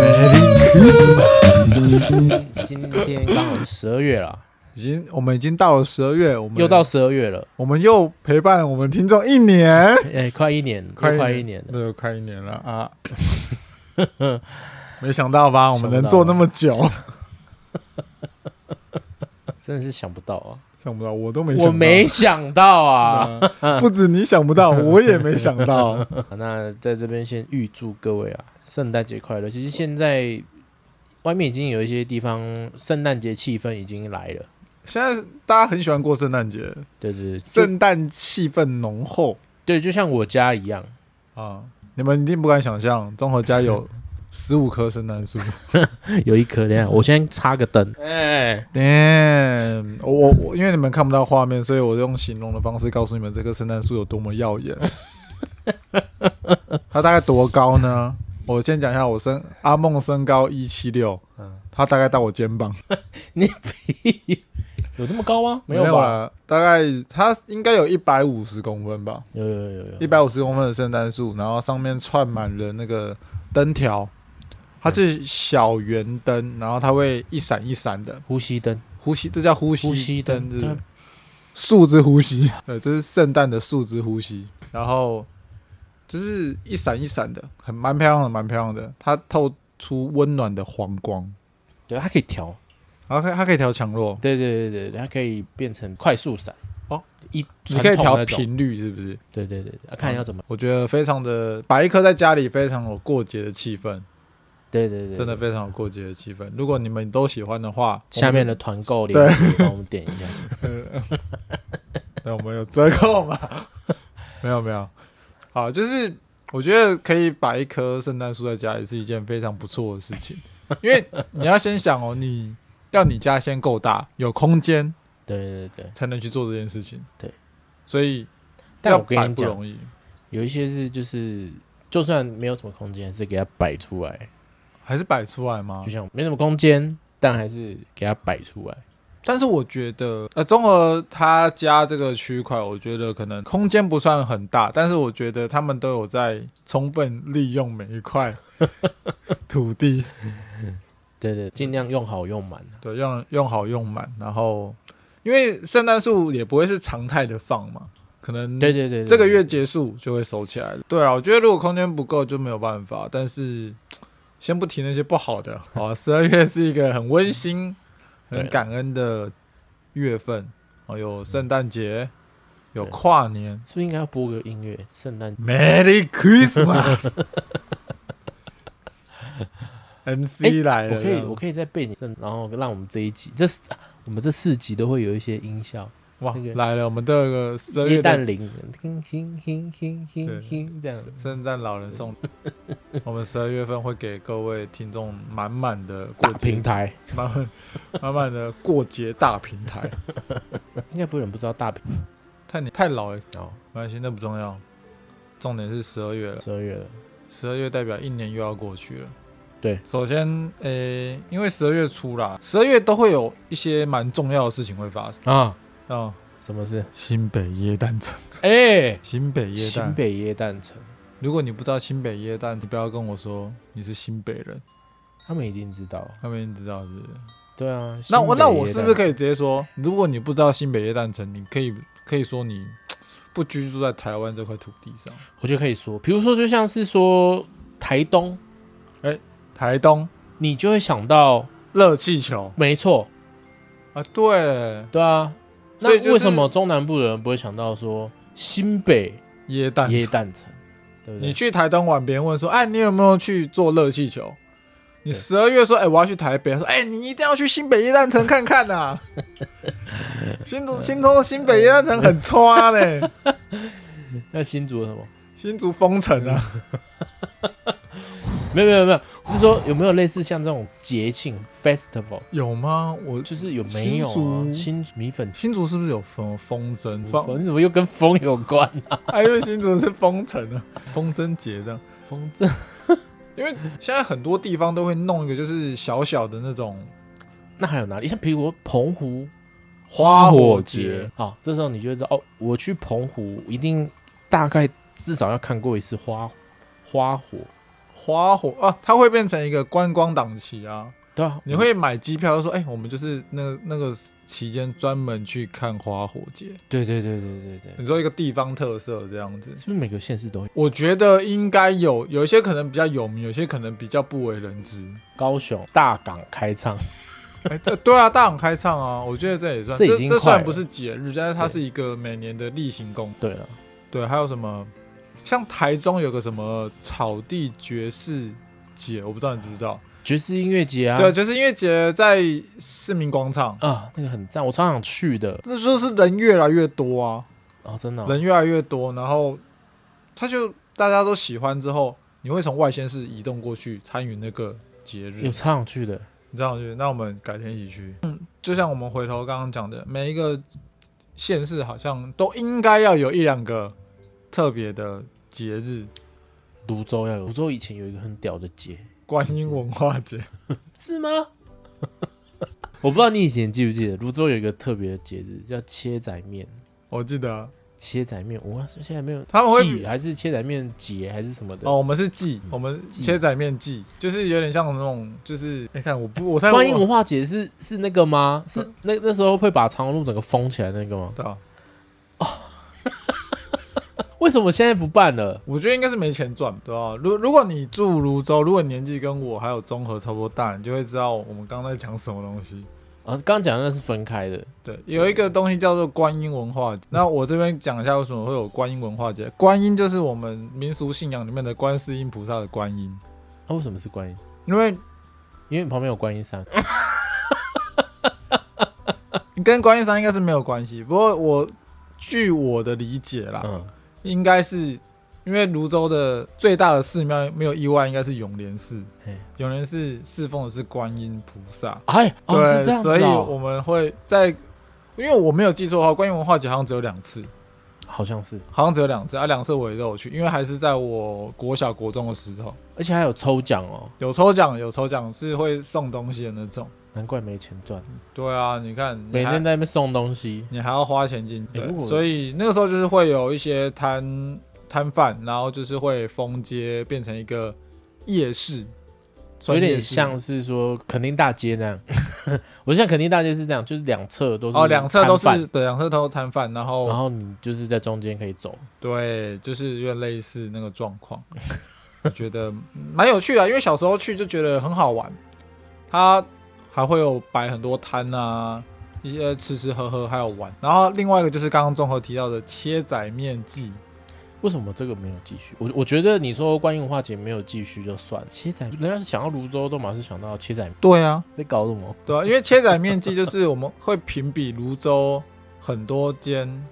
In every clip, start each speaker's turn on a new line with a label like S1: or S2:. S1: Merry Christmas！
S2: 今天刚好是十二月啦，
S1: 已经，我们已经到了十二月，我们
S2: 又到，十二月了，
S1: 我们又陪伴我们听众一 年，
S2: 哎、快一年，又快一年了。
S1: 对，快一年了啊！ 没想到 吧？我们能
S2: 想不到
S1: 做那么久，
S2: 真的是想不到啊！
S1: 想不到，我都没想到，
S2: 我没想到 啊！
S1: 啊，不止你想不到，我也没想到。
S2: 嗯那在这边先预祝各位啊，圣诞节快乐！其实现在外面已经有一些地方圣诞节气氛已经来了，
S1: 现在大家很喜欢过圣诞节，
S2: 对对对，就
S1: 圣诞气氛浓厚
S2: 对，就像我家一样，
S1: 啊！你们一定不敢想象，综合家有十五棵圣诞树。
S2: 有一颗等一下，我先插个灯，哎、
S1: Damn！我我我，因为你们看不到画面，所以我用形容的方式告诉你们这棵圣诞树有多么耀 眼。它大概多高呢？我先讲一下，我身阿梦身高一七六，
S2: 嗯
S1: 它大概到我肩膀，
S2: 有这么高吗？没
S1: 有
S2: 吧？
S1: 啦，大概它应该有一百五十公分吧，
S2: 有有有有有，
S1: 一百五十公分的圣诞树，然后上面串满了那个灯条，它是小圆灯，然后它会一闪一闪的，
S2: 呼吸灯，
S1: 呼吸，这叫呼吸
S2: 呼吸灯，
S1: 是不
S2: 对
S1: 是，树枝呼吸， 对，这是圣诞的树枝呼吸，然后就是一闪一闪的，很蛮漂亮的，蛮漂亮的，它透出温暖的黄光，
S2: 对，它可以调，
S1: 然后它它可以调强弱，
S2: 对对对对，它可以变成快速闪
S1: 哦，
S2: 一
S1: 你可以
S2: 传统
S1: 调
S2: 那种，
S1: 频率，是不是？
S2: 对对对，对
S1: 哦
S2: 啊看要怎么，
S1: 我觉得非常的摆一棵在家里非常有过节的气氛，
S2: 对对对，
S1: 真的非常有过节的气氛。如果你们都喜欢的话，
S2: 下面的团购链接帮我们点一下，
S1: 那我们有折扣吗？ 没有没有，好，就是我觉得可以摆一棵圣诞树在家里是一件非常不错的事情，因为你要先想哦，你要你家先够大，有空间
S2: 对对 对对。
S1: 才能去做这件事情。
S2: 对，
S1: 所以
S2: 但
S1: 要
S2: 我跟
S1: 摆
S2: 你
S1: 不
S2: 讲，
S1: 容易，
S2: 有一些是就是，就算没有什么空间，还是给它摆出来，
S1: 还是摆出来吗
S2: 就？像没什么空间，但还是给它摆出来。
S1: 但是我觉得，呃，综合他家这个区块，我觉得可能空间不算很大，但是我觉得他们都有在充分利用每一块土地。
S2: 对对，尽量用好用满。
S1: 对，用用好用满，然后因为圣诞树也不会是常态的放嘛，可能
S2: 对对对，对
S1: 这个月结束就会收起来了。对啊，我觉得如果空间不够就没有办法，但是先不提那些不好的，好，十二月是一个很温馨、
S2: 嗯对嗯
S1: 很感恩的月份，哦，有圣诞节，有
S2: 对
S1: 跨年
S2: 是不是应该要播个音乐？圣诞
S1: ，Merry Christmas 。MC 来了，
S2: 哎我可以
S1: 这样
S2: 我可以在背景上，然后让我们这一集这四啊我们这四集都会有一些音效，
S1: 哇
S2: 那个
S1: 来了，我们都有个十二月
S2: 耶
S1: 的
S2: 诞铃，叮叮叮叮叮叮这样。
S1: 圣诞老人 送，我们十二月份会给各位听众满满的过
S2: 大
S1: 节
S2: 平，台
S1: 满满满满的过节大平台。
S2: 应该不会有人不知道大平
S1: 太年太老了，
S2: 哦，
S1: 没关系，那不重要。重点是十二月了，
S2: 十二月了，
S1: 十二月代表一年又要过去了。
S2: 对
S1: 首先，呃、因为十二月初啦，十二月都会有一些蛮重要的事情会发生
S2: 啊，
S1: 啊、
S2: 什么事？
S1: 新北耶诞 城，
S2: 哎，
S1: 新北耶
S2: 新
S1: 诞，
S2: 北耶诞城，
S1: 如果你不知道新北耶诞，你不要跟我说你是新北人，
S2: 他们一定知道。
S1: 他们一定知道是不是？
S2: 对啊，
S1: 那我
S2: 新北
S1: 那
S2: 耶
S1: 我
S2: 诞
S1: 是不是可以直接说，如果你不知道新北耶诞城，你可以可以说你不居住在台湾这块土地上。
S2: 我就可以说，比如说就像是说台东，
S1: 台东
S2: 你就会想到，
S1: 热气球
S2: 没错，
S1: 啊，对，
S2: 对啊。那
S1: 所以就是
S2: 为什么中南部的人不会想到说新北
S1: 耶诞
S2: 耶
S1: 城。
S2: 诞城？对不
S1: 你
S2: 对？
S1: 去台东玩，别人问说，哎，你有没有去做热气球？你
S2: 对
S1: 十二月说，哎，我要去台北，他说，哎，你一定要去新北耶诞城看看呐、啊。 新竹新竹新北耶诞城很差 嘞、
S2: 那新竹有什么？
S1: 新竹封城啊，
S2: 没有没有没有，是说有没有类似像这种节庆 festival，
S1: 有吗？我
S2: 就是有没有啊？新竹米粉
S1: 新竹是不是有封风筝？放
S2: 风，你怎么又跟风有关啊？
S1: 啊，因为新竹是 封城啊，风筝节的。
S2: 风筝
S1: 因为现在很多地方都会弄一个，就是小小的那种
S2: 那还有哪里？像比如澎湖
S1: 花
S2: 火
S1: 火
S2: 节
S1: 节，
S2: 啊、这时候你就会知道哦，我去澎湖一定大概至少要看过一次花花火，
S1: 花火啊，它会变成一个观光档期啊。
S2: 对啊，
S1: 你会买机票说，哎、我们就是那个那个期间专门去看花火节。
S2: 对对对对对对，
S1: 你说一个地方特色这样子，
S2: 是不是每个县市都有？
S1: 我觉得应该有，有一些可能比较有名，有些可能比较不为人知。
S2: 高雄大港开唱，
S1: 哎、这对啊，大港开唱啊，我觉得这也算，
S2: 这
S1: 这
S2: 已经
S1: 这
S2: 快
S1: 虽
S2: 了
S1: 然不是节日，但是它
S2: 对
S1: 是一个每年的例行公。
S2: 对了，
S1: 对，还有什么？像台中有个什么草地爵士节，我不知道你知不知道？
S2: 爵士音乐节啊，
S1: 对，就是因为节在市民广场，
S2: 啊，那个很赞，我超想去的
S1: 那时候是人越来越多啊，
S2: 哦，真的哦、
S1: 人越来越多，然后他就大家都喜欢之后，你会从外县市移动过去参与那个节日
S2: 有。超想去的，
S1: 你知道，就是那我们改天一起去。嗯，就像我们回头刚刚讲的，每一个县市好像都应该要有一两个特别的节日，
S2: 泸州要有，泸州以前有一个很屌的节，
S1: 观音文化节。
S2: 是吗？ 我不知道你以前记不记得，泸州有一个特别的节日叫切仔面，
S1: 我记得啊
S2: 切仔面，我忘了现在没有
S1: 他们
S2: 季
S1: 会
S2: 还是切仔面节还是什么的。
S1: 哦，我们是祭，我们
S2: 祭
S1: 切仔面祭，就是有点像那种，就是你、哎看我不我呃太
S2: 观音文化节是是那个吗？是那那时候会把长隆路整个封起来那个吗？
S1: 对啊，
S2: 为什么现在不办了？
S1: 我觉得应该是没钱赚，对吧、如如果你住泸州，如果年纪跟我还有综合差不多大，你就会知道我们刚刚在讲什么东西。
S2: 啊，刚刚讲的那是分开的，
S1: 对，有一个东西叫做观音文化节。那我这边讲一下为什么会有观音文化节。观音就是我们民俗信仰里面的观世音菩萨的观音，
S2: 那、为什么是观音？
S1: 因为
S2: 因为你旁边有观音山。
S1: 跟观音山应该是没有关系。不过我据我的理解啦，
S2: 嗯，
S1: 应该是因为泸州的最大的寺庙，没有意外应该是永莲寺
S2: 嘿。
S1: 永莲寺侍奉的是观音菩萨，
S2: 哎，哦，
S1: 对，
S2: 是这样子
S1: 所以
S2: 哦，
S1: 我们会在，因为我没有记错的话，观音文化节好像只有两次。
S2: 好像是，
S1: 好像只有两次啊，两次我也都有去，因为还是在我国小国中的时候
S2: 而且还有抽奖哦，
S1: 有抽奖，有抽奖是会送东西的那种。
S2: 难怪没钱赚，
S1: 对啊，你看，你
S2: 每天
S1: 还
S2: 在那边送东西。
S1: 你还要花钱进，
S2: 欸
S1: 对
S2: 如果
S1: 所以那个时候就是会有一些摊摊贩，然后就是会封街，变成一个夜市，
S2: 有
S1: 算夜
S2: 点
S1: 市
S2: 像是说垦丁大街那样， 我像垦丁大街是这样，就是两侧都是
S1: 哦，两侧都
S2: 摊贩哦
S1: 是对，两侧都是摊贩，然后
S2: 然后你就是在中间可以走，
S1: 对，就是有点类似那个状况， 我觉得蛮有趣的啊，因为小时候去就觉得很好玩。它还会有摆很多摊啊，一些吃吃喝喝还有玩。然后另外一个就是刚刚综合提到的切仔面记，
S2: 为什么这个没有继续？我我觉得你说观音文化节没有继续就算了，切仔人家想到泸州都马上想到切仔，
S1: 对啊，
S2: 在搞什么？
S1: 对啊，因为切仔面记就是我们会评比泸州很多间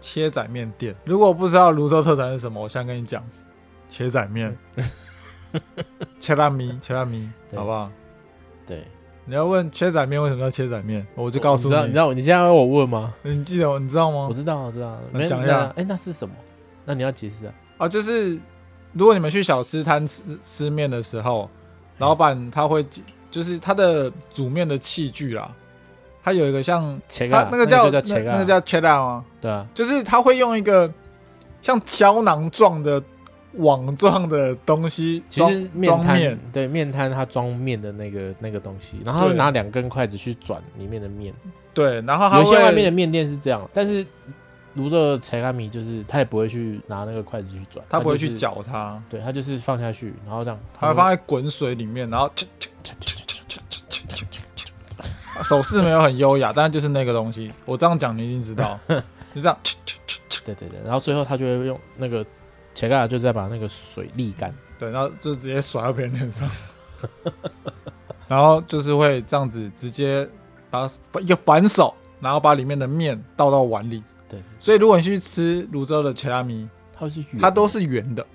S1: 切仔面店。如果不知道泸州特产是什么，我先跟你讲，切仔 面，切拉米，切拉米，
S2: 对
S1: 好不好？
S2: 对，
S1: 你要问切仔面为什么叫切仔面，我就告诉
S2: 你知道，你知道你现在要我问吗？
S1: 你记得你知道吗
S2: 我？知道，我知道，
S1: 那
S2: 没
S1: 讲一
S2: 那
S1: 下
S2: 哎，那是什么？那你要解释啊？
S1: 啊，就是如果你们去小吃摊吃吃面的时候，老板他会就是他的煮面的器具啦，他有一个像
S2: 切
S1: 他
S2: 啊，
S1: 那
S2: 个
S1: 个叫
S2: 就叫
S1: 那
S2: 切啊，
S1: 那个叫切拉吗？
S2: 对啊，
S1: 就是他会用一个像胶囊状的网状的东西
S2: 其
S1: 装
S2: 实面
S1: 装
S2: 摊
S1: 面，
S2: 对面摊它装面的那个那个东西，然后它会
S1: 对
S2: 拿两根筷子去转里面的面。
S1: 对，然后他
S2: 有一些外面
S1: 会
S2: 的面店是这样，但是泸州的柴咖米就是他也不会去拿那个筷子去转，
S1: 他不会
S2: 就
S1: 去
S2: 是，
S1: 搅它，
S2: 对他就是放下去，然后这样，
S1: 他会放在滚水里面，然后切手势没有很优雅，但是就是那个东西，我这样讲你一定知道，就这样。
S2: 对对对，然后最后他就会用那个柴咖，就再把那个水沥干，
S1: 对，然后就直接甩到别人脸上，然后就是会这样子直接把一个反手，然后把里面的面倒到碗里。
S2: 对，
S1: 所以如果你去吃泸州的切拉米，
S2: 它会是圆的，
S1: 它都是圆的，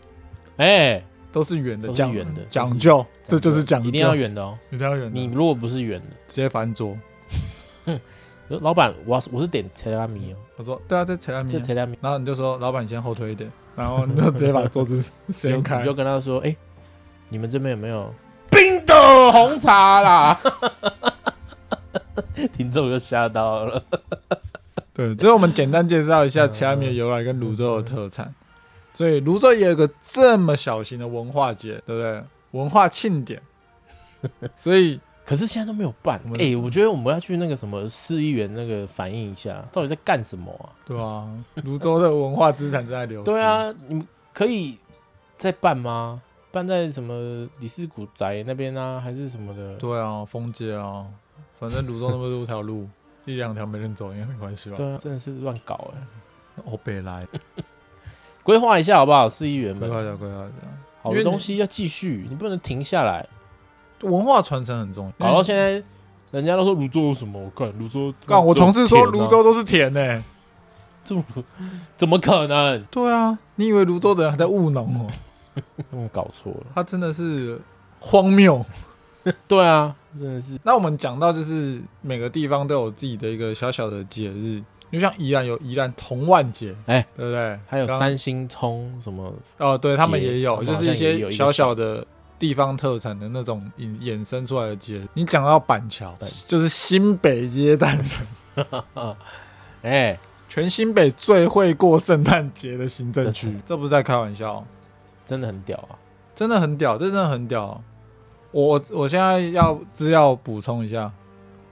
S2: 哎，
S1: 都是圆的，
S2: 都是
S1: 讲
S2: 圆的都
S1: 讲
S2: 是
S1: 究， 这就是讲究，
S2: 一定要，圆的 哦。
S1: 一定要圆的，
S2: 你
S1: 你
S2: 如果不是圆的，
S1: 直接翻桌。
S2: 就老板，我要是我是点柴咖米哦，
S1: 我说对啊，这切拉米
S2: 这
S1: 啊，
S2: 柴咖米，
S1: 然后你就说老板你先后退一点，然后你就直接把桌子
S2: 你就
S1: 掀
S2: 你
S1: 开
S2: 就，跟他说，哎，你们这边有没有冰的红茶啦？ 听众就吓到了。
S1: 对，最后我们简单介绍一下奇亚米的由来跟泸州的特产。所以泸州也有个这么小型的文化节，对不对？文化庆 典。所以
S2: 可是现在都没有办
S1: 我。们
S2: 哎、我觉得我们要去那个什么市议员那个反映一下，到底在干什么啊？
S1: 对啊，泸州的文化资产正在流失。
S2: 对，啊，你们可以再办吗？办在什么李氏古宅那边啊，还是什么的？
S1: 对啊，封街啊，反正泸州那么多条路，一两条没人走应该没关系吧？
S2: 对啊，真的是乱搞哎、
S1: 哦，北来，
S2: 规划一下好不好？市议员
S1: 规
S2: 们，
S1: 划一下，规划一下。
S2: 好
S1: 因为
S2: 的
S1: 你
S2: 东西要继续，你不能停下来。
S1: 文化传承很重要。
S2: 搞到现在，人家都说泸州有什么？我看泸州，
S1: 干，我同事说
S2: 泸
S1: 泸州都是田呢、
S2: 这么怎么可能？
S1: 对啊，你以为泸州的人还在务农哦？
S2: 他们搞错了。
S1: 他真的是荒谬。
S2: 对啊，真的是
S1: 那我们讲到就是每个地方都有自己的一个小小的节日，就像宜兰有宜兰同万节，
S2: 哎
S1: 对不对？
S2: 还有
S1: 刚
S2: 三星葱什么
S1: 哦，对他们
S2: 节
S1: 也有，
S2: 他们
S1: 就
S2: 好
S1: 是
S2: 像
S1: 一
S2: 也有
S1: 些
S2: 一个
S1: 小小的地方特产的那种引衍生出来的节日。你讲到板桥
S2: 板，
S1: 就是新北耶诞 城，
S2: 哎、
S1: 全新北最会过圣诞节的行政区
S2: 这是，
S1: 这不是在开玩笑。哦
S2: 真的很屌啊！
S1: 真的很屌，这真的很屌。我我现在要资料补充一下，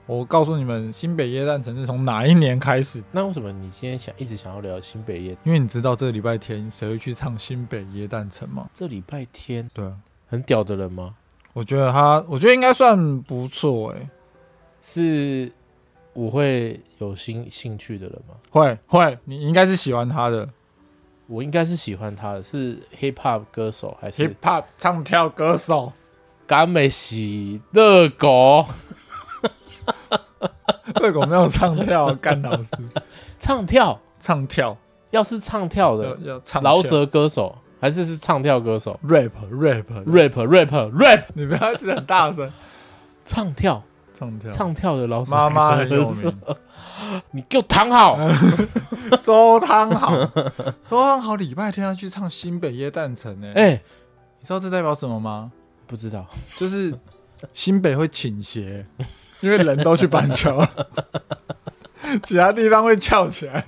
S1: 我告诉你们，新北耶诞城是从哪一年开始？
S2: 那为什么你今天想一直想要聊新北夜？
S1: 因为你知道这个礼拜天谁会去唱新北耶诞城吗？
S2: 这礼拜天
S1: 对，啊
S2: 很屌的人吗？
S1: 我觉得他，我觉得应该算不错欸诶、
S2: 是我会有兴兴趣的人吗？
S1: 会会，你应该是喜欢他的
S2: 我应该是喜欢他的，是 hip hop 歌手还
S1: hip
S2: 是
S1: hop 唱跳歌手，
S2: 甘美喜热狗？
S1: 对，我没有唱跳，啊干老师
S2: 唱跳，
S1: 唱跳
S2: 要是唱
S1: 要
S2: 跳的
S1: 要唱
S2: 饶
S1: 跳
S2: 舌歌手，还是是唱跳歌手
S1: rap rap
S2: ？rap rap rap
S1: 你不要一直很大声
S2: 唱跳
S1: 唱跳，
S2: 唱跳的饶舌歌
S1: 妈哎
S2: 手，
S1: 妈很有名。
S2: 你给我躺好！
S1: 周汤豪，周汤豪礼拜天要去唱新北耶诞城呢、
S2: 哎、
S1: 你知道这代表什么吗？
S2: 不知道，
S1: 就是新北会倾斜，因为人都去板桥 了，其他地方会翘起来。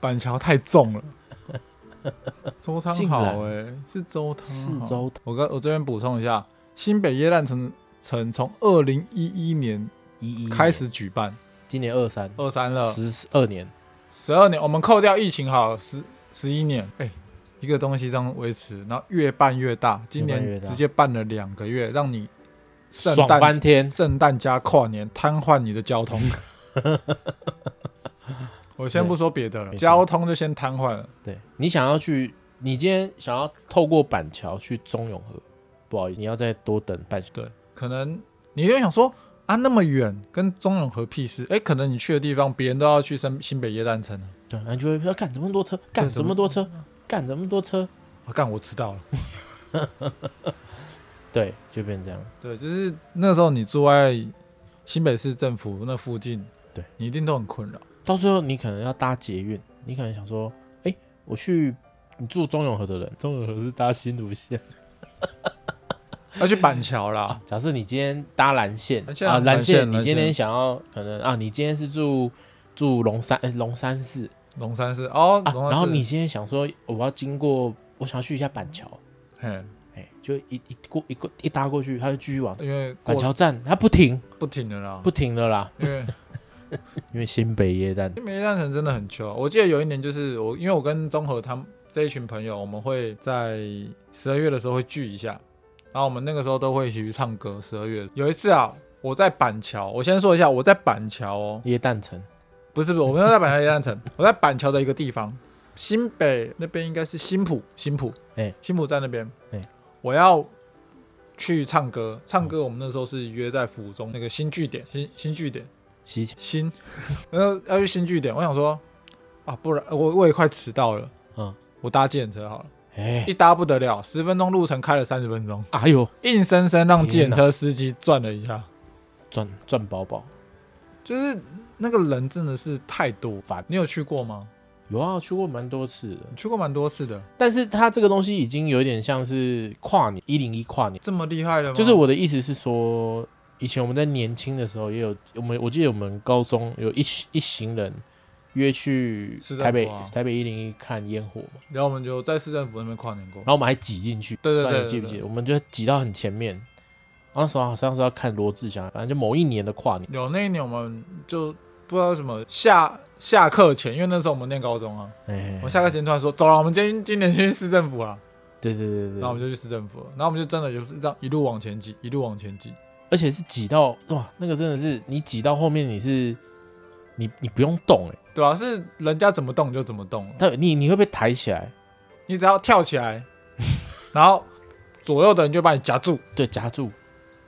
S1: 板桥太重了。周汤豪、哎，是周汤
S2: 四
S1: 豪。
S2: 周
S1: 我跟我这边补充一下，新北耶诞城城从二零一一年
S2: 一一
S1: 开，始呃举办，
S2: 今年二三
S1: 二三了，
S2: 十二年，
S1: 十二年，我们扣掉疫情好了，十十一年，哎、一个东西这样维持，然后越办越大，今
S2: 越办越
S1: 年
S2: 大
S1: 直接办了两个月，让你圣
S2: 爽翻
S1: 诞
S2: 天！
S1: 圣诞加跨年瘫痪你的交 通。我先不说别的了，
S2: 没错
S1: 交通就先瘫痪了。
S2: 对你想要去，你今天想要透过板桥去中永和，不好意思，你要再多等半小时。
S1: 对，可能你就想说啊，那么远，跟中永和屁事？哎、可能你去的地方，别人都要去新新北耶诞城了。啊
S2: 对，啊然后你就会说干怎么那么多车，干
S1: 对怎
S2: 怎
S1: 么
S2: 么多车，干怎么多车，
S1: 我、啊干，我迟到了。
S2: 对，就变这样。
S1: 对，就是那时候你住在新北市政府那附近，
S2: 对
S1: 你一定都很困扰。
S2: 到最后你可能要搭捷运，你可能想说，哎、我去你住中永和的人，中永和是搭新芦线
S1: 要去板桥啦
S2: 啊。。假设你今天搭蓝线
S1: 蓝线啊
S2: 啊，蓝
S1: 蓝线
S2: 线，你
S1: 蓝
S2: 今天
S1: 线
S2: 想要可能啊，你今天是住住龙山哎龙、山寺
S1: 龙山寺哦，
S2: 啊，
S1: 龙山寺
S2: 然后你今天想说我要经过，我想要去一下板桥，
S1: 嘿，
S2: 哎、就一一过一过一搭过去，他就继续往
S1: 因为过
S2: 板桥站，他不停
S1: 不停了啦，
S2: 不停了啦，
S1: 因为
S2: 因为新北耶诞
S1: 因为梅诞城真的很穷。我记得有一年就是我，因为我跟综合他们这一群朋友，我们会在十二月的时候会聚一下，然后我们那个时候都会一起去唱歌。十二月有一次啊，我在板桥，我先说一下，我在板桥哦，
S2: 耶诞城，
S1: 不是不是，我没有在板桥耶诞城，我在板桥的一个地方，新北那边应该是新浦，新浦，
S2: 哎
S1: 新浦站那边，
S2: 哎
S1: 我要去唱歌，唱歌我们那时候是约在府中那个新据点，新新据点，
S2: 西
S1: 新， 然后要去新据点，我想说啊，不然我我也快迟到了，
S2: 嗯，
S1: 我搭计程车好了，
S2: 哎、
S1: 一搭不得了，十分钟路程开了三十分钟，
S2: 哎呦
S1: 硬生生让计程
S2: 天哪
S1: 车司机赚了一下，
S2: 赚赚饱饱，
S1: 就是那个人真的是太多，
S2: 烦
S1: 你有去过吗？
S2: 有啊，去过蛮多次的。
S1: 你去过蛮多次的。
S2: 但是它这个东西已经有点像是跨年一零一跨年，
S1: 这么厉害了吗？
S2: 就是我的意思是说，以前我们在年轻的时候也有，我们我记得我们高中有一一行人约去
S1: 市政府
S2: 台北、
S1: 啊
S2: 台北一零一看烟火嘛，
S1: 然后我们就在市政府那边跨年过
S2: 然，后我们还挤进去，
S1: 对对
S2: 不知道你
S1: 对
S2: 记不
S1: 对
S2: 记得？我们就挤到很前面，然后那时候好像是要看罗志祥，反正就某一年的跨年，
S1: 有那一年我们就不知道什么下下课前，因为那时候我们念高中啊，
S2: 哎
S1: 我们，下课前突然说走了，我们今天今年去市政府啊，
S2: 对对对对
S1: 然后我们
S2: 对，
S1: 就去市政府了，然后我们就真的就是这样一路往前挤，一路往前挤，
S2: 而且是挤到哇，那个真的是你挤到后面你是你你不用动哎、
S1: 对啊，是人家怎么动就怎么动了，
S2: 但你你会被抬起来，
S1: 你只要跳起来，然后左右的人就把你夹住，
S2: 对，夹住，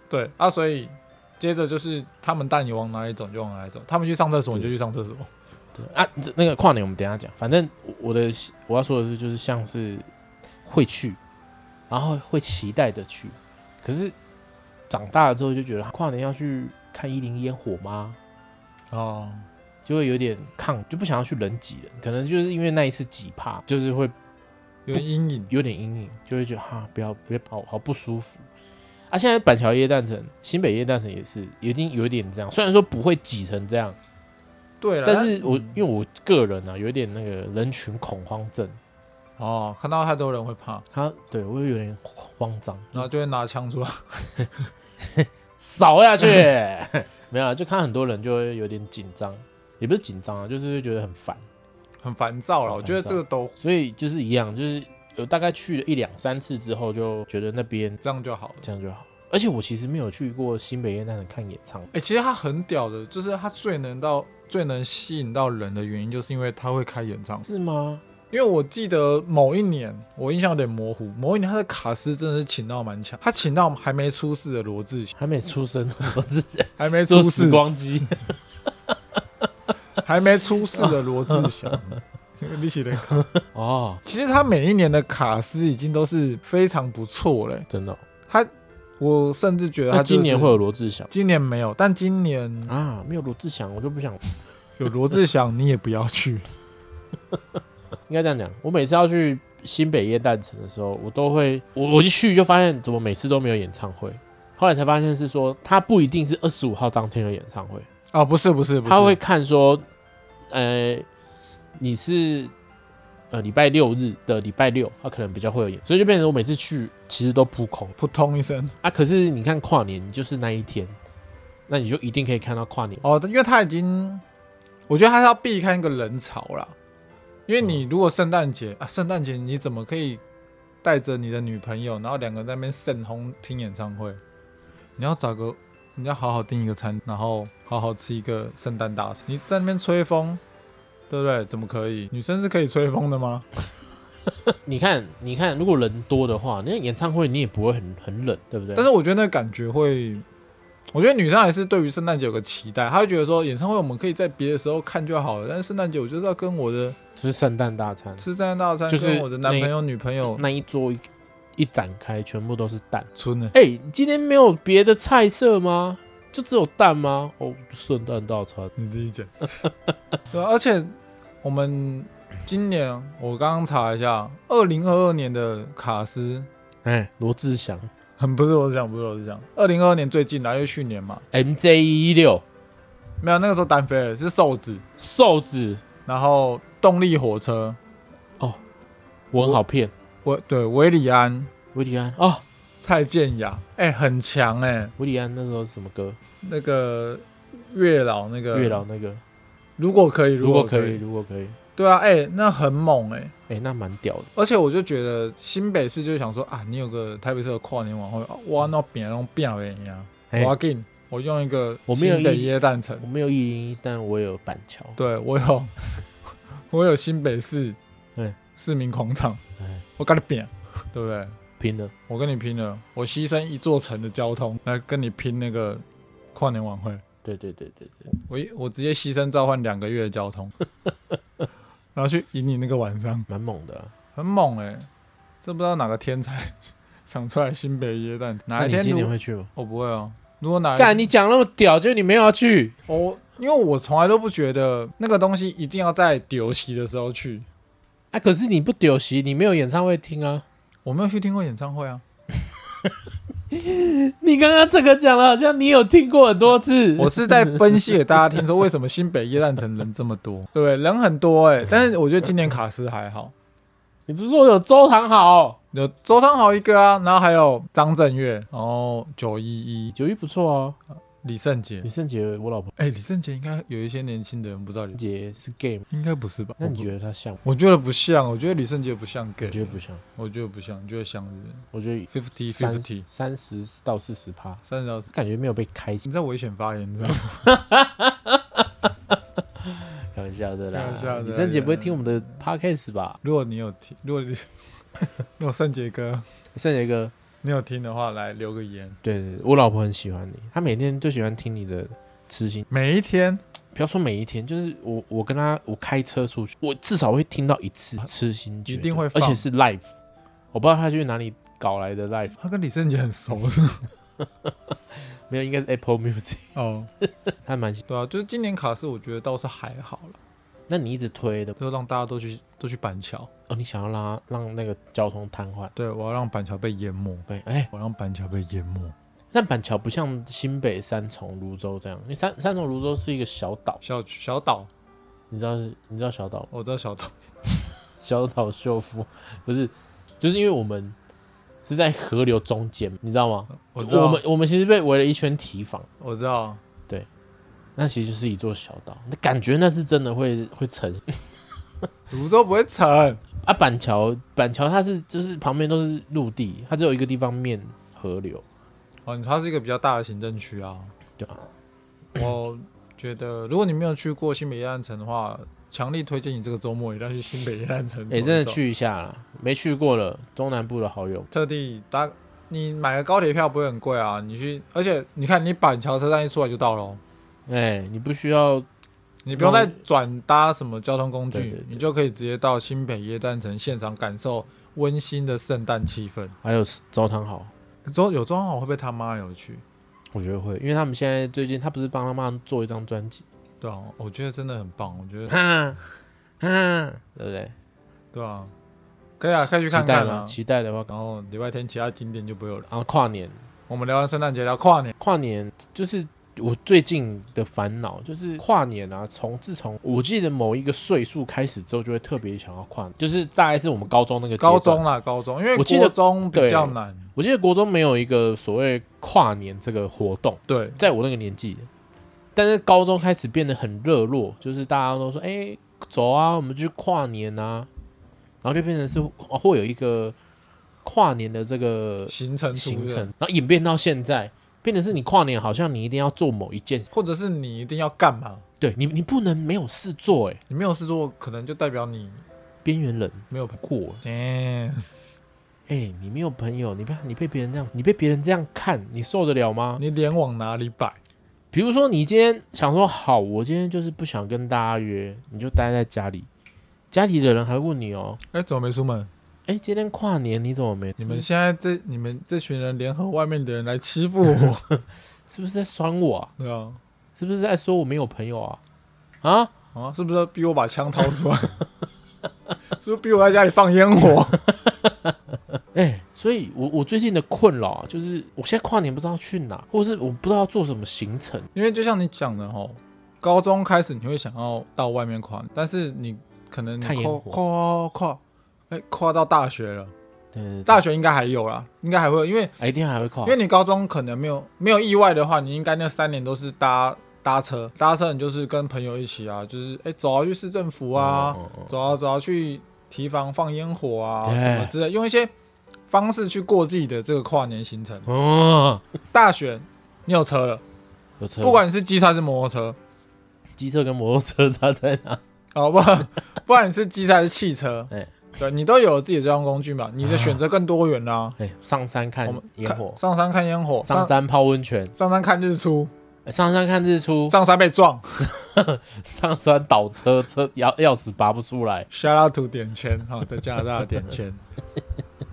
S1: 对啊，所以接着就是他们带你往哪里走你就往哪里走，他们去上厕所你就去上厕所，
S2: 对啊，这那个跨年我们等一下讲。反正我我的我要说的是，就是像是会去，然后会期待的去。可是长大了之后就觉得啊跨年要去看一零烟火吗？
S1: 哦，
S2: 就会有点抗，就不想要去人挤人。可能就是因为那一次挤怕，就是会
S1: 有点阴影，
S2: 有点阴影，就会觉得哈、不要不要好好不舒服。啊，现在板桥夜诞城、新北夜诞城也是，一定有一点这样。虽然说不会挤成这样，
S1: 对了，
S2: 啊但是嗯我因为我个人啊，有一点那个人群恐慌症。
S1: 哦，看到太多人会怕，
S2: 他对我有点慌张，
S1: 然后就会拿枪出来，
S2: 扫下去， 没有啦，啊就看很多人就会有点紧张，也不是紧张啊，就是会觉得很烦，
S1: 很烦躁了。
S2: 很
S1: 我觉得
S2: 烦躁
S1: 这个都
S2: 所以就是一样，就是有大概去了一两三次之后，就觉得那边
S1: 这样就好了。
S2: 这样就好。而且我其实没有去过新北夜那城看演唱会，
S1: 哎、其实他很屌的，就是他最能到、最能吸引到人的原因，就是因为他会开演唱会。
S2: 是吗？
S1: 因为我记得某一年，我印象有点模糊，某一年他的卡斯真的是请到蛮强，他请到还没出世的罗志祥，
S2: 还没出生，我之 前
S1: 还没出
S2: 坐时
S1: 世，
S2: 光机，
S1: 还没出世的罗志 祥。你起来看，
S2: 哦，
S1: 其实他每一年的卡斯已经都是非常不错嘞、
S2: 真的哦、
S1: 他，我甚至觉得他、
S2: 那
S1: 就是、
S2: 今年会有罗志祥
S1: 今年没有，但今年
S2: 啊？没有罗志祥，我就不想
S1: 有罗志祥，你也不要去。
S2: 应该这样讲，我每次要去新北夜诞城的时候，我都会，我我一去就发现怎么每次都没有演唱会，后来才发现是说他不一定是二十五号当天有演唱会，
S1: 哦，不是不是不是，
S2: 他会看说，呃，你是呃礼拜六日的礼拜六，他可能比较会有演，所以就变成我每次去其实都扑空
S1: 扑通一声。
S2: 啊。可是你看跨年就是那一天，那你就一定可以看到跨年。
S1: 哦，因为他已经，我觉得他是要避开那个人潮啦。因为你如果圣诞节啊，圣诞节你怎么可以带着你的女朋友，然后两个在那边盛轰听演唱会？你要找个，你要好好订一个餐，然后好好吃一个圣诞大餐。你在那边吹风，对不对？怎么可以？女生是可以吹风的吗？
S2: 你看，你看，如果人多的话，那演唱会你也不会很很冷，对不对？
S1: 但是我觉得那感觉会，我觉得女生还是对于圣诞节有个期待，她会觉得说演唱会我们可以在别的时候看就好了，但是圣诞节我就是要跟我的
S2: 就是圣诞大餐。
S1: 吃圣诞大餐，
S2: 就是
S1: 跟我的男朋友、女朋友
S2: 那一桌一一展开，全部都是蛋。
S1: 春呢。
S2: 哎、今天没有别的菜色吗？就只有蛋吗？哦，圣诞大餐。
S1: 你自己讲。 对啊，而且我们今年我刚刚查一下，二零二二年的卡斯，
S2: 哎、罗志祥
S1: 很不是我讲，不是我是讲，二零二二年最近来，因为去年嘛，
S2: ，MJ 一六，
S1: 没有那个时候单飞了是瘦子，
S2: 瘦子，
S1: 然后动力火车，
S2: 我很好骗。
S1: 我对维里安、
S2: 维里安哦，
S1: 蔡健雅，哎、很强哎、
S2: 维里安那时候是什么歌？
S1: 那个月老那个
S2: 月老，那个，
S1: 啊如果可以，
S2: 如
S1: 果
S2: 果可以，，如果可以，
S1: 对啊，哎、那很猛哎、
S2: 哎、那蛮屌的。
S1: 而且我就觉得新北市就想说啊，你有个台北市的跨年晚会，啊哇，那变弄变了一样，我
S2: 哎、
S1: 要进，我用一个
S2: 我没有
S1: 新北
S2: 意
S1: 耶诞城
S2: 我，没有一零一，但我有板桥。
S1: 对我有 我有新北市
S2: 哎
S1: 市民广场
S2: 哎，
S1: 我跟你拼，对不对？
S2: 拼了，
S1: 我跟你拼了，我牺牲一座城的交通来跟你拼那个跨年晚会，
S2: 对对对对对，
S1: 我一我直接牺牲召唤两个月的交 通，然后去赢你那个晚上，
S2: 蛮猛的啊、
S1: 很猛哎、这不知道哪个天才 想出来新北耶诞，哪
S2: 那
S1: 一
S2: 你
S1: 天
S2: 今
S1: 如
S2: 年会去吗？
S1: 我不会哦。如果哪
S2: 干，
S1: 一
S2: 你讲那么屌，就你没有要去，
S1: 我，因为我从来都不觉得那个东西一定要在丢席的时候去。
S2: 啊，可是你不丢席，你没有演唱会听啊。
S1: 我没有去听过演唱会啊，
S2: 你刚刚这个讲的好像你有听过很多次，
S1: 我是在分析给大家听，说为什么新北夜诞城人这么多，对不对？人很多 哎、但是我觉得今年卡斯还好，
S2: 你不是说有周唐好？
S1: 有周汤豪一个啊，然后还有张震岳，然后九一一
S2: 九一不错啊，
S1: 李圣杰
S2: 李，圣杰，我老婆
S1: 哎、李圣杰应该有一些年轻的人不知道李，
S2: 杰是 gay 吗？
S1: 应该不是吧？
S2: 那你
S1: 得？
S2: 觉得他像吗？
S1: 我觉得不像，我觉得李圣杰不像
S2: 我
S1: gay，
S2: 觉得不像，
S1: 我觉得不像，觉得像是
S2: 我觉得
S1: fifty
S2: 三
S1: fifty
S2: 三十到四十趴，
S1: 三十到四，
S2: 感觉没有被开启
S1: 你，在危险发言，你知道吗？
S2: 开玩笑的
S1: 开
S2: 啦
S1: 玩笑的。啦
S2: 李圣杰不会听我们的 podcast 吧？
S1: 如果你有听，如果你 如果圣杰哥
S2: 圣杰哥，
S1: 你有听的话，来留个言。
S2: 对对，对我老婆很喜欢你，她每天最喜欢听你的痴心。
S1: 每一天
S2: 不要说每一天，就是我我跟他我开车出去，我至少会听到一次痴心绝对
S1: 一定会
S2: 而
S1: 放
S2: 且是 live，我不知道他去哪里搞来的 live，
S1: 他跟李圣杰很熟是 吗
S2: 没有，应该是 Apple Music，
S1: 哦，
S2: 他蛮喜。
S1: 对啊，就是今年卡斯，我觉得倒是还好了，
S2: 那你一直推的
S1: 就让大家都去都去板桥。
S2: 哦，你想要让他让那个交通瘫痪？
S1: 对，我要让板桥被淹没，
S2: 对，哎、
S1: 我要让板桥被淹没。
S2: 但板桥不像新北三重、泸州这样，因为三三重、泸州是一个小岛，
S1: 小小岛，
S2: 你知道是？你知道小岛
S1: 我知道小岛，
S2: 小岛秀夫 不是？就是因为我们是在河流中间，你知道吗？
S1: 我知道，
S2: 我们我们其实被围了一圈堤防。
S1: 我知道，
S2: 那其实就是一座小岛，那感觉那是真的会会沉
S1: 泸州不会沉，
S2: 啊！板桥板桥它是就是旁边都是陆地，它只有一个地方面河流，
S1: 哦，它是一个比较大的行政区啊。
S2: 对吧、
S1: 我觉得，如果你没有去过新北夜暗城的话，强力推荐你这个周末一定要去新北夜暗城走
S2: 哎、
S1: 一走。
S2: 真的去一下啦，没去过了，中南部的好友，
S1: 特地搭，你买个高铁票不会很贵啊。你去，而且你看，你板桥车站一出来就到了哦，
S2: 哎、你不需要
S1: 你不用
S2: 那
S1: 再转搭什么交通工具，
S2: 对对对
S1: 你就可以直接到新北夜诞城现场感受温馨的圣诞气氛。
S2: 还有周汤好，
S1: 周有装好会不会他妈有趣？
S2: 我觉得会，因为他们现在最近他不是帮他妈做一张专辑，
S1: 对啊，我觉得真的很棒，我觉得
S2: 哈哈，对不对？
S1: 对啊，可以啊，可以去看
S2: 期待
S1: 看
S2: 吗？
S1: 啊。
S2: 期待的话，
S1: 然后礼拜天其他景点就不会有了。
S2: 然后跨年
S1: 我们聊完圣诞节，聊跨年。
S2: 跨年就是我最近的烦恼，就是跨年啊，从自从我记得某一个岁数开始之后，就会特别想要跨年，就是大概是我们高中那个阶段
S1: 高，中啦，高中，因为
S2: 我记得
S1: 国中比较难。
S2: 我记得国中没有一个所谓跨年这个活动，
S1: 对，
S2: 在我那个年纪，但是高中开始变得很热络，就是大家都说，哎、走啊，我们去跨年啊，然后就变成是哦会有一个跨年的这个
S1: 行程出
S2: 行
S1: 的
S2: 程，然后演变到现在，变得是你跨年好像你一定要做某一件
S1: 或者是你一定要干嘛？
S2: 对你，你不能没有事做哎、
S1: 你没有事做，可能就代表 你
S2: 边缘人
S1: 没有
S2: 过
S1: 钱。
S2: 哎、你没有朋友，你被你被别人这样，你被别人这样看，你受得了吗？
S1: 你脸往哪里摆？
S2: 比如说，你今天想说好，我今天就是不想跟大家约，你就待在家里，家里的人还问你哦、
S1: 哎、怎么没出门？
S2: 哎、今天跨年你怎么没？
S1: 你们现在这你们这群人联合外面的人来欺负 我，
S2: 是不是在酸我啊？
S1: 对啊，
S2: 是不是在说我没有朋友啊？啊，
S1: 啊，是不是要逼我把枪掏出来？ 是不是逼我在家里放烟火？
S2: 哎、所以我我最近的困扰啊，就是我现在跨年不知道去哪，或者是我不知道做什么行程。
S1: 因为就像你讲的吼，高中开始你会想要到外面跨，但是你可能你
S2: 看烟
S1: 跨跨
S2: 火
S1: 跨，哎、跨到大学了，
S2: 对对对，
S1: 大学应该还有啦，应该还会有，因为
S2: 哎一定还会跨
S1: 因为，你高中可能没有没有意外的话，你应该那三年都是搭搭车，搭车你就是跟朋友一起啊，就是哎、走啊去市政府啊，
S2: 嗯嗯嗯
S1: 走啊走啊去提防放烟火啊
S2: 对
S1: 什么之类，用一些方式去过自己的这个跨年行程。
S2: 哦，
S1: 大学你有车了，
S2: 有车，
S1: 不管你是机车还是摩托车，
S2: 机车跟摩托车差在哪？
S1: 哦不， 不管你是机车还是汽车，
S2: 哎
S1: 对你都有自己的交通工具嘛，你的选择更多元啦、
S2: 哎、上山看
S1: 我们
S2: 啊烟
S1: 看
S2: 火，
S1: 上山看烟火，
S2: 上
S1: 上
S2: 山泡温泉，
S1: 上山看日出，
S2: 哎上山看日出，
S1: 上山被撞。
S2: 上山倒车，车钥钥匙拔不出来。
S1: shout out to 点签哈、在加拿大的点 签，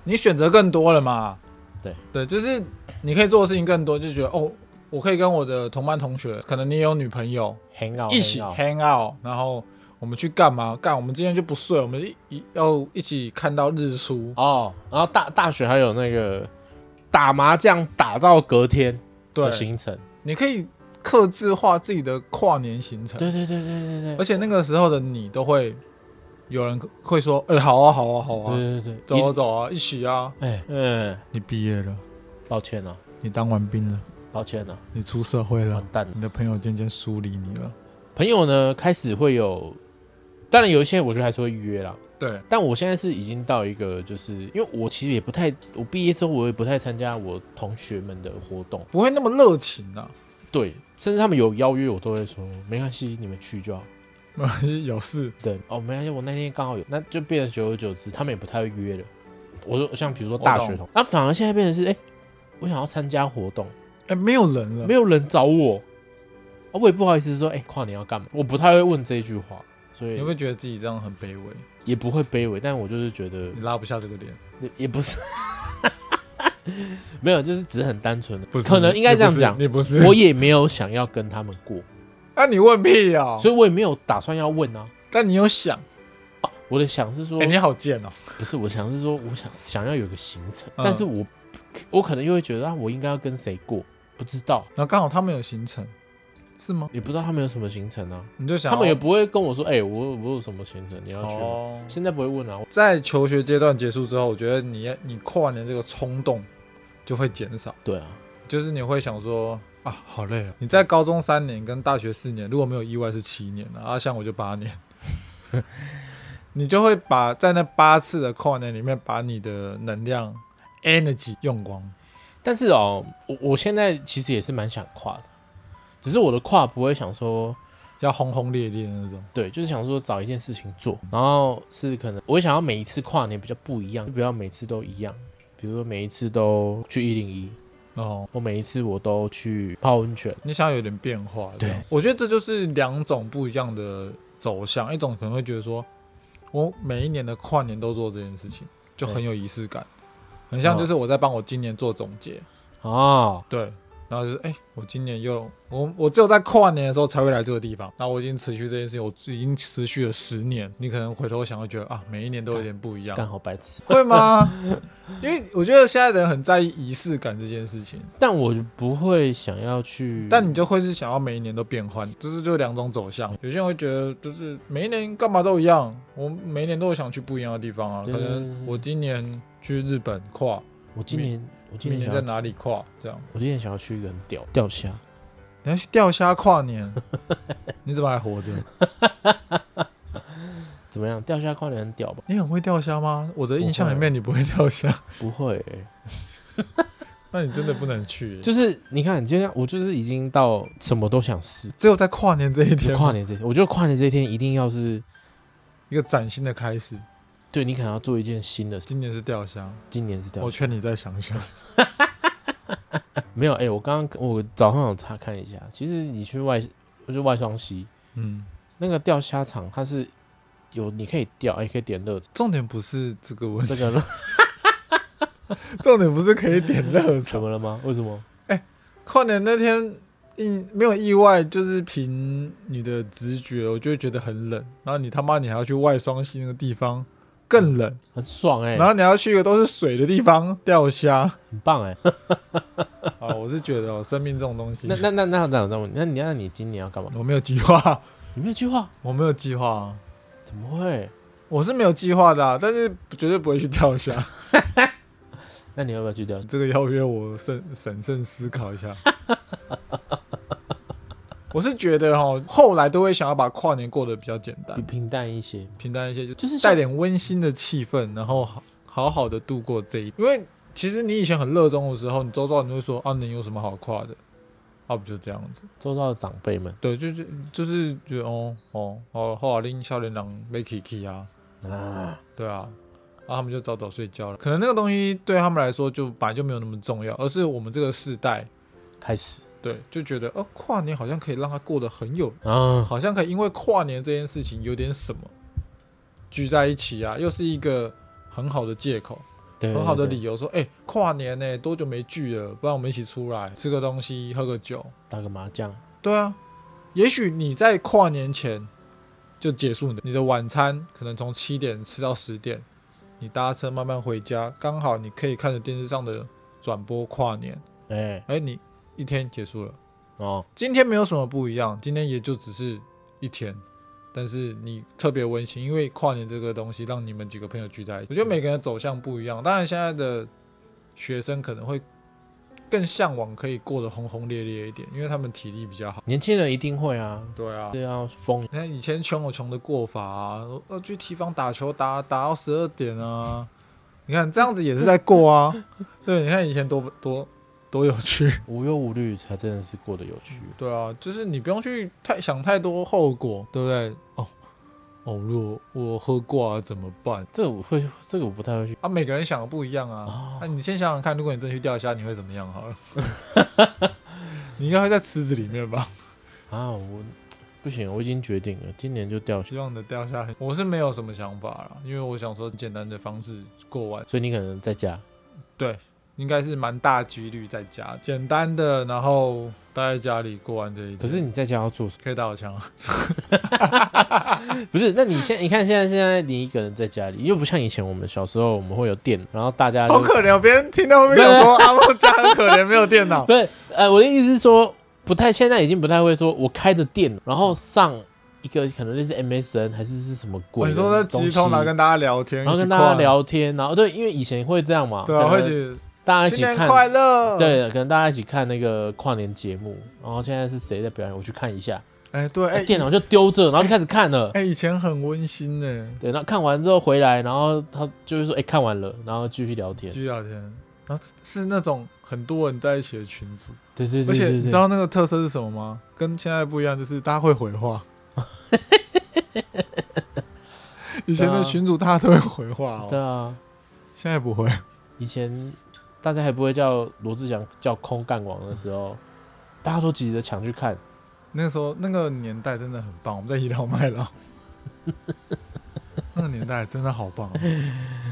S1: 你选择更多了嘛？
S2: 对
S1: 对，就是你可以做的事情更多，就觉得哦，我可以跟我的同班同学，可能你也有女朋友，
S2: hang out
S1: 一起
S2: hang out
S1: hang out，然后我们去干嘛？干，我们今天就不睡，我们一一要一起看到日出。
S2: 哦，然后大大学还有那个打麻将打到隔天的
S1: 对，
S2: 行程。
S1: 你可以克制化自己的跨年行程。
S2: 对对对对对对
S1: 而且那个时候的你都会有人会说，呃、好啊，好啊，好啊，
S2: 对对
S1: 走
S2: 对，一
S1: 啊，走啊，一起啊。
S2: 哎嗯，
S1: 你毕业了，
S2: 抱歉了，
S1: 你当完兵了，
S2: 抱歉了，
S1: 你出社会了
S2: 完，蛋了。
S1: 你的朋友渐渐疏离你了。
S2: 朋友呢，开始会有，当然有一些我觉得还是会约啦，
S1: 对，
S2: 但我现在是已经到一个，就是因为我其实也不太，我毕业之后我也不太参加我同学们的活动，
S1: 不会那么热情啊，
S2: 对，甚至他们有邀约我都会说没关系，你们去就好。
S1: 没关系，有事。
S2: 对，哦，没关系，我那天刚好有，那就变成久而久之，他们也不太会约了。我说像比如说大学
S1: 我
S2: 同，那、反而现在变成是，哎、我想要参加活动，
S1: 哎、没有人了，
S2: 没有人找我，啊我也不好意思说，哎、跨年要干嘛？我不太会问这句话，所
S1: 你
S2: 以
S1: 会觉得自己这样很卑微，
S2: 也不会卑微，但我就是觉得
S1: 你拉不下这个脸，
S2: 也也不是， 没有，就是只是很单纯的，
S1: 不是？
S2: 可能应该这样讲，
S1: 你不是？
S2: 我也没有想要跟他们过，
S1: 那、你问屁啊！
S2: 所以我也没有打算要问啊。
S1: 但你有想，
S2: 啊我的想是说
S1: 哎、，你好贱哦、
S2: 不是，我想是说，我想想要有个行程，
S1: 嗯
S2: 但是我我可能又会觉得啊，我应该要跟谁过，不知道，
S1: 然后刚好他们有行程，是吗？
S2: 也不知道他们有什么行程啊，
S1: 你就想
S2: 他
S1: 要
S2: 们也不会跟我说，哎、我我有什么行程，你要去吗？
S1: 哦
S2: 现在不会问啊，
S1: 在求学阶段结束之后，我觉得你你跨年这个冲动就会减少，
S2: 对啊，
S1: 就是你会想说啊，好累啊！你在高中三年跟大学四年，如果没有意外是七年啊，啊像我就八年， 你就会把在那八次的跨年里面把你的能量 energy 用光。
S2: 但是哦，我我现在其实也是蛮想跨的，只是我的跨不会想说，
S1: 要轰轰烈烈的那种，
S2: 对，就是想说找一件事情做，然后是可能我会想要每一次跨年比较不一样，就不要每次都一样，比如说每一次都去一零一，
S1: 哦，
S2: 我每一次我都去泡温泉。
S1: 你想要有点变化，
S2: 对
S1: 这样，我觉得这就是两种不一样的走向，一种可能会觉得说，我每一年的跨年都做这件事情，就很有仪式感，很像就是我在帮我今年做总结，
S2: 哦，
S1: 对，然后就是哎、我今年又我我只有在跨年的时候才会来这个地方，然后我已经持续这件事情，我已经持续了十年，你可能回头想会觉得啊，每一年都有点不一样，
S2: 干好白痴！
S1: 会吗？ 因为我觉得现在的人很在意仪式感这件事情。
S2: 但我就不会想要去，
S1: 但你就会是想要每一年都变换，就是就两种走向。有些人会觉得就是每一年干嘛都一样，我每一年都有想去不一样的地方啊。
S2: 对
S1: 可能我今年去日本跨，
S2: 我今年我今
S1: 明
S2: 年
S1: 年
S2: 想
S1: 在
S2: 要去，
S1: 哪里跨，这样
S2: 我今年想要去一个很屌钓虾，
S1: 你要去钓虾跨 年，你怎么还活着？
S2: 怎么样？钓虾跨年很屌吧？
S1: 你很会钓虾吗？我的印象
S2: 我会
S1: 里面你不会钓虾，
S2: 不会欸、
S1: 那你真的不能去。就
S2: 就是你看，就像我就是已经到什么都想试。
S1: 只有在跨年这一
S2: 就
S1: 天，
S2: 跨年这一天，我觉得跨年这一天一定要是
S1: 一个崭新的开始。
S2: 对你可能要做一件新的事。
S1: 今年是钓虾，
S2: 今年是钓
S1: 我
S2: 虾，
S1: 劝你再想 想。
S2: 没有哎、我刚刚我早上有查看一下，其实你去外就是外双溪
S1: 嗯，
S2: 那个钓虾场，它是有你可以钓，哎也可以点 热炒。
S1: 重点不是这个问
S2: 这
S1: 题，
S2: 个热
S1: 重点不是可以点热
S2: 怎
S1: 炒。
S2: 么了吗？为什么？
S1: 跨年那天意没有意外，就是凭你的直觉，我就会觉得很冷。然后你他妈你还要去外双溪那个地方更冷，
S2: 很爽哎、
S1: 然后你还要去一个都是水的地方钓虾。
S2: 很棒哎、
S1: 啊，我是觉得哦，生命这种东西
S2: 那，那那那那我再问你，那你那你今年要干嘛？
S1: 我没有计划，
S2: 你没有计划？
S1: 我没有计划啊，
S2: 怎么会？
S1: 我是没有计划的啊、但是绝对不会去钓虾。
S2: 那你要不要去钓？
S1: 这个邀约我慎审慎思考一下。 我是觉得哈，后来都会想要把跨年过得比较简单
S2: 比。平淡一些，
S1: 平淡一些，就
S2: 嗯就是像
S1: 带点温馨的气氛，然后好好好的度过这一。因为其实你以前很热衷的时候，你周遭你会说啊，你有什么好跨的？啊，不就这样子？
S2: 周遭的长辈们
S1: 对，就是就是觉得哦哦哦，后来拎笑脸郎被 Kiki 啊，
S2: 啊，
S1: 对啊，啊他们就早早睡觉了。可能那个东西对他们来说就本来就没有那么重要，而是我们这个世代
S2: 开始
S1: 对就觉得哦，跨年好像可以让他过得很有
S2: 啊，
S1: 好像可以因为跨年这件事情有点什么聚在一起啊，又是一个很好的借口，
S2: 对，
S1: 很好的
S2: 嗯对
S1: 理由说，哎、跨年呢、多久没聚了？不然我们一起出来吃个东西，喝个酒。
S2: 对打个麻将，
S1: 对啊，也许你在跨年前就结束你的你的晚餐，可能从七点吃到十点，你搭车慢慢回家，刚好你可以看着电视上的转播跨年，
S2: 哎
S1: 哎、你一天结束了。
S2: 哦，
S1: 今天没有什么不一样，今天也就只是一天，但是你特别温馨，因为跨年这个东西让你们几个朋友聚在一起。我觉得每个人的走向不一样，当然现在的学生可能会更向往可以过得轰轰烈烈一点，因为他们体力比较好。
S2: 年轻人一定会啊，
S1: 对啊，
S2: 对啊，疯
S1: 你看以前穷有穷的过法啊，要去提防打球打打到十二点啊，你看这样子也是在过啊。 对，你看以前多多多有趣。
S2: 无忧无虑才真的是过得有趣。
S1: 对啊，就是你不用去太想太多后果，对不对？哦哦，如果我喝挂了怎么办？
S2: 这个我会，这个我不太会去。
S1: 啊，每个人想的不一样啊。
S2: 哦
S1: 那、你先想想看，如果你真去钓虾，你会怎么样？好了， 你应该会在池子里面吧？
S2: 啊，我不行，我已经决定了，今年就掉下。
S1: 希望你的钓虾很，我是没有什么想法啦，因为我想说简单的方式过完，
S2: 所以你可能在家，
S1: 应该是蛮大几率在家简单的，然后待在家里过完这一天。
S2: 可是你在家要做什
S1: 可以打我枪啊，
S2: 么？不是，那你现你看现在现在你一个人在家里，又不像以前我们小时候我们会有电，然后大家
S1: 好
S2: 就
S1: 可怜哦！别人听到后面想 说阿梦家很可怜，没有电脑。
S2: 不是，呃，我的意思是说，不太现在已经不太会说，我开着电，然后上一个可能类似 MSN 还是是什么
S1: 哦
S2: 鬼
S1: 你
S2: 的
S1: 说
S2: 东西，
S1: 在集通，然后跟大家聊天，
S2: 然后
S1: 一起
S2: 跟大家
S1: 跨，
S2: 聊天，然后对，因为以前会这样嘛，
S1: 啊对啊，
S2: 可
S1: 会
S2: 能
S1: 去
S2: 大家一起
S1: 新年
S2: 看，
S1: 快乐，，
S2: 对，可能大家一起看那个跨年节目，然后现在是谁在表演，我去看一下，
S1: 哎对，哎
S2: 电脑就丢着，然后就开始看了。
S1: 哎以前很温馨呢，
S2: 对，然后看完之后回来，然后他就是说，哎、看完了，然后继续聊天
S1: 继。续聊天，然后是那种很多人在一起的群组，
S2: 对对
S1: 而
S2: 对
S1: 且
S2: 对
S1: 你知
S2: 对，
S1: 道那个特色是什么吗？跟现在不一样，就是大家会回 话。以前的群主大家都会回话
S2: 对
S1: 哦，
S2: 啊，
S1: 现在不会。
S2: 以前大家还不会叫罗志祥叫空干王的时候，大家都急着抢去看。
S1: 那个时候那个年代真的很棒，我们在倚老卖老， 那个年代真的好棒哦，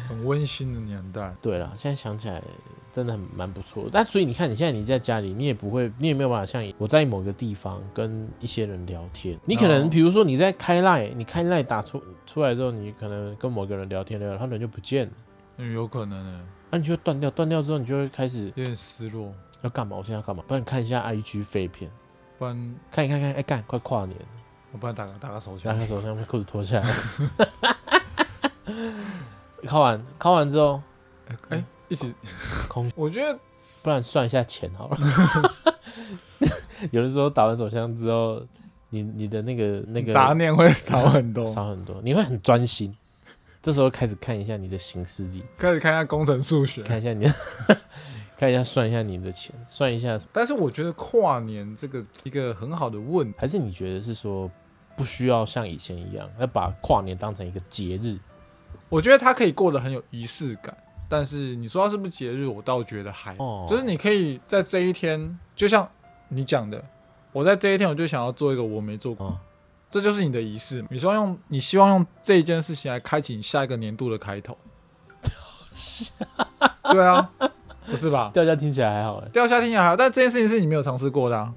S1: 很温馨的年代。
S2: 对了，现在想起来真的很蛮不错。但所以你看，你现在你在家里，你也不会，你也没有办法像我在某个地方跟一些人聊天。你可能
S1: 哦
S2: 比如说你在开赖，你开赖打出出来之后，你可能跟某个人聊天聊，聊，他人就不见了，
S1: 嗯，有可能呢，
S2: 那、你就会断掉，断掉之后你就会开始
S1: 有点失落。
S2: 要干嘛？我现在要干嘛？不然你看一下 IG 废片。
S1: 不然，
S2: 看一看看，哎、干，快跨年了，
S1: 我不然打个打个手
S2: 拿
S1: 枪。
S2: 啊个手枪，把裤子脱下来。 考完，考完之后，
S1: 哎、一起
S2: 空。
S1: 我觉得
S2: 不然算一下钱好了。 有的时候打完手枪之后，你你的那个那个
S1: 杂念会少很多。
S2: 少很多，你会很专心。这时候开始看一下你的行事历，
S1: 开始看一下工程数学，
S2: 看一下你的， 看一下算一下你的钱，算一下，
S1: 但是我觉得跨年这个一个很好的问，
S2: 还是你觉得是说不需要像以前一样，要把跨年当成一个节日？
S1: 我觉得它可以过得很有仪式感。但是你说它是不是节日，我倒觉得还好
S2: 哦，
S1: 就是你可以在这一天，就像你讲的，我在这一天我就想要做一个我没做过，
S2: 哦
S1: 这就是你的仪式。你说用，你希望用这件事情来开启你下一个年度的开头。对啊，不是吧？
S2: 掉下听起来还好哎、
S1: 钓虾听起来还好，但这件事情是你没有尝试过的啊。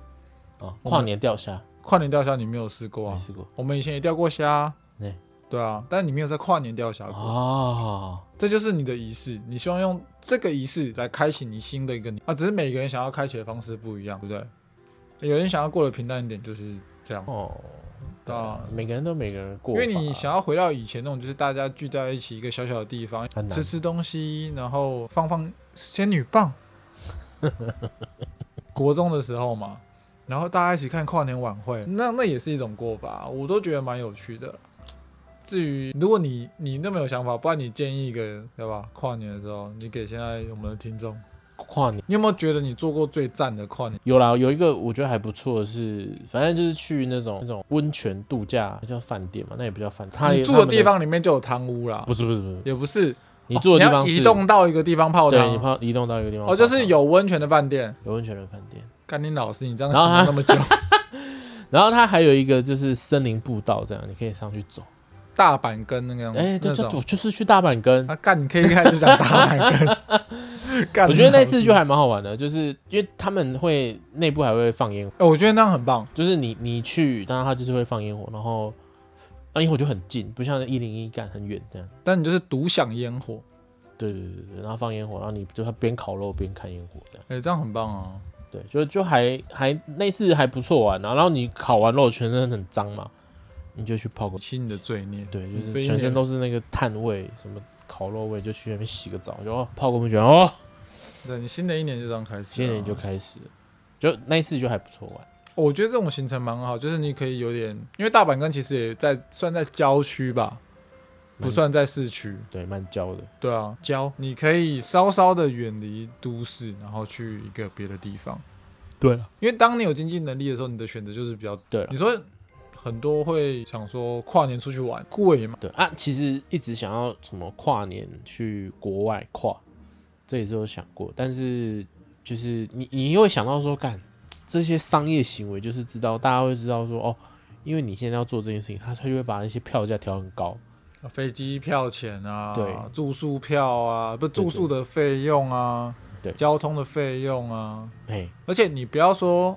S2: 哦，
S1: 我们
S2: 跨年掉虾
S1: 跨年钓虾你没有试过
S2: 没
S1: 啊？
S2: 试过。
S1: 我们以前也钓过虾
S2: 对，
S1: 对啊，但你没有在跨年钓虾过。
S2: 哦，
S1: 这就是你的仪式，你希望用这个仪式来开启你新的一个年啊，只是每个人想要开启的方式不一样，对不对？有人想要过得平淡一点，就是这样，
S2: 哦，对
S1: 对啊
S2: 啊，每个人都每个人的过
S1: 因
S2: 法，
S1: 为你想要回到以前那种，就是大家聚在一起一个小小的地方，
S2: 很难
S1: 吃吃东西，然后放放仙女 棒，国中的时候嘛，然后大家一起看跨年晚会，那那也是一种过法，我都觉得蛮有趣的。至于如果你你那么有想法，不然你建议一个对吧？跨年的时候，你给现在我们的听众，
S2: 跨年。
S1: 你有没有觉得你做过最赞的跨年？
S2: 有啦，有一个我觉得还不错的是，反正就是去那种那种温泉度假，那叫饭店嘛，那也不叫饭店。他
S1: 你
S2: 也
S1: 住的地方里面就有汤屋啦，
S2: 不是不是不是，
S1: 也不是
S2: 哦你住的
S1: 哦
S2: 地方
S1: 你
S2: 是、
S1: 要移动到一个地方泡
S2: 对，你
S1: 汤。
S2: 泡移动到一个地方
S1: 哦，就是
S2: 有
S1: 有温泉的饭店，
S2: 有温泉的饭店，
S1: 干你老师，你这样
S2: 然
S1: 形
S2: 后
S1: 容那么久，
S2: 然后它还有一个就是森林步道，这样你可以上去走。
S1: 大阪跟那个样
S2: 哎、对，
S1: 那
S2: 就
S1: 种
S2: 我，就是去大阪根，
S1: 啊干，你可以一开始就讲大阪跟， 干，
S2: 我觉得那
S1: 你老
S2: 次
S1: 师
S2: 就还蛮好玩的，就是因为他们会内部还会放烟火。
S1: 哎、我觉得那样很棒。
S2: 就是你你去，当然它就是会放烟火，然后啊烟火就很近，不像一零一干很远这样。
S1: 但你就是独享烟火，
S2: 对对对对，然后放烟火，然后你就边烤肉边看烟火这样。
S1: 哎、这样很棒啊！
S2: 对，就就还还那次还不错玩、啊，然后你烤完肉全身很脏嘛，你就去泡个
S1: 清你的罪孽，
S2: 对，就
S1: 你这
S2: 是
S1: 一
S2: 全身
S1: 年
S2: 都是那个炭味，什么烤肉味，就去那边洗个澡，就哦泡个温泉，哦，
S1: 对你新的一年就这样开始、啊
S2: 今年就、开始了，就那一次就还不错玩。
S1: 哦我觉得这种行程蛮好，就是你可以有点，因为大阪跟其实也在算在郊区吧，不
S2: 蛮
S1: 算在市区。
S2: 对，蛮焦的。
S1: 对啊，郊，你可以稍稍的远离都市，然后去一个别的地方。
S2: 对了，
S1: 因为当你有经济能力的时候，你的选择就是比较。
S2: 对啊了
S1: 你，说很多会想说跨年出去玩贵嘛？
S2: 对啊，其实一直想要什么跨年去国外跨，这也是有想过，但是就是你你又会想到说，干这些商业行为，就是知道大家会知道说哦，因为你现在要做这件事情，他他就会把那些票价调很高，
S1: 飞机票钱啊，
S2: 对
S1: 住宿票啊，不
S2: 对
S1: 住宿的费用啊，
S2: 对
S1: 交通的费用啊，
S2: 哎，
S1: 而且你不要说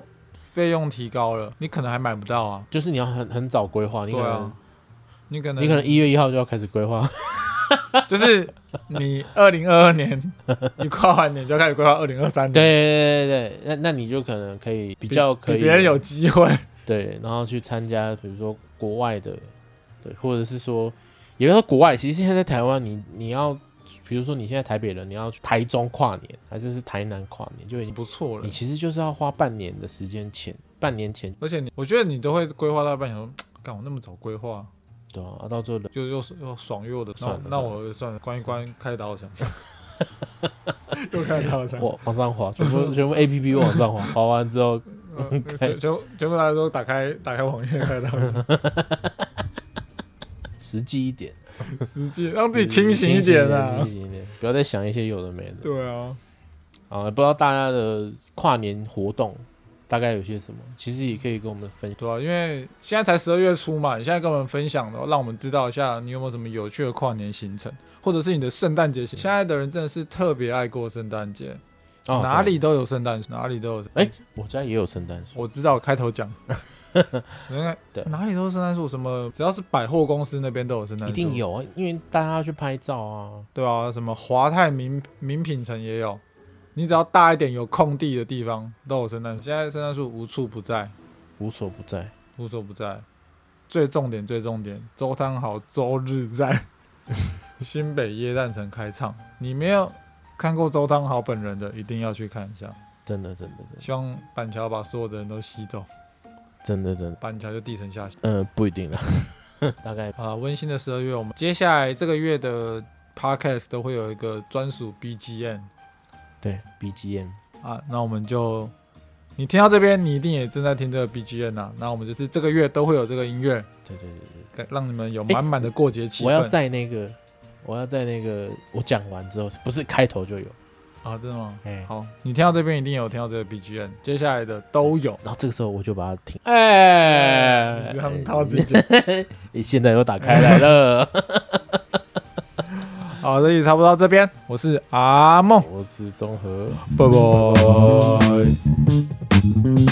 S1: 费用提高了，你可能还买不到啊。
S2: 就是你要很很早规划，你可
S1: 对
S2: 能、
S1: 啊，你可能
S2: 你可能一月一号就要开始规划，
S1: 就是你二零二二年一跨完年就要开始规划二零二三年，
S2: 对对对对，对那那你就可能可以
S1: 比
S2: 比较可以
S1: 比别人有机会。
S2: 对，然后去参加，比如说国外的，对，或者是说，也就是说国外，其实现在在台湾你，你要，比如说你现在台北人，你要去台中跨年，还是是台南跨年，就已经，
S1: 不错了
S2: 你。其实就是要花半年的时间前，半年前，
S1: 而且你，我觉得你都会规划到一半，想说，干我那么早规划，
S2: 对啊，啊到最后人
S1: 就又又爽又的，那
S2: 算
S1: 我
S2: 了
S1: 那我算了，关一关，开导 枪， 又开导枪，
S2: 往往上滑，全部全部 A P P 往上滑，滑完之后，
S1: 嗯全全部全部大家都打开打开网页开导 枪，
S2: 实际一点，
S1: 实际让自己清醒一点啊
S2: 清。醒一点，不要再想一些有的没的。
S1: 对啊，
S2: 啊，不知道大家的跨年活动大概有些什么，其实也可以跟我们分享。
S1: 对啊，因为现在才十二月初嘛，你现在跟我们分享的话，让我们知道一下你有没有什么有趣的跨年行程，或者是你的圣诞节行。现在的人真的是特别爱过圣诞节，
S2: 哦
S1: 哪
S2: 对
S1: 里都有圣诞树，哪里都有。
S2: 哎、我家也有圣诞树。
S1: 我知道开头 讲，你看
S2: 对
S1: 哪里都是圣诞树，什么只要是百货公司那边都有圣诞
S2: 一
S1: 树，
S2: 定，有啊，因为大家要去拍照啊。
S1: 对啊，什么华泰名名品城也有，你只要大一点有空地的地方都有圣诞树。现在圣诞树无处不在，
S2: 无所不在，
S1: 无所不在。最重点，最重点，周汤豪周日 在新北耶诞城开唱，你没有看过周汤豪本人的，一定要去看一下。
S2: 真的，真的，真的，
S1: 希望板桥把所有的人都吸走，
S2: 真的，真的，
S1: 板桥就地层下陷。
S2: 呃，不一定了， 大概
S1: 啊，温馨的十二月，我们接下来这个月的 podcast 都会有一个专属 BGM
S2: 对 BGM
S1: 啊，那我们就你听到这边，你一定也正在听这个 BGM 啊，那我们就是这个月都会有这个音乐，
S2: 对。对对对
S1: 给让你们有满满的过节气
S2: 对，
S1: 氛。
S2: 我要在那个，我要在那个，我讲完之后，不是开头就有，
S1: 啊，真的吗？
S2: 哎、
S1: 好，你听到这边一定有听到这个 BGM，接下来的都有。
S2: 然后这个时候我就把它停，哎、
S1: 你知道他们他们自己讲。
S2: 你现在又打开来 了，
S1: 好，这集差不多到这边，我是阿梦，
S2: 我是综合。
S1: 拜拜。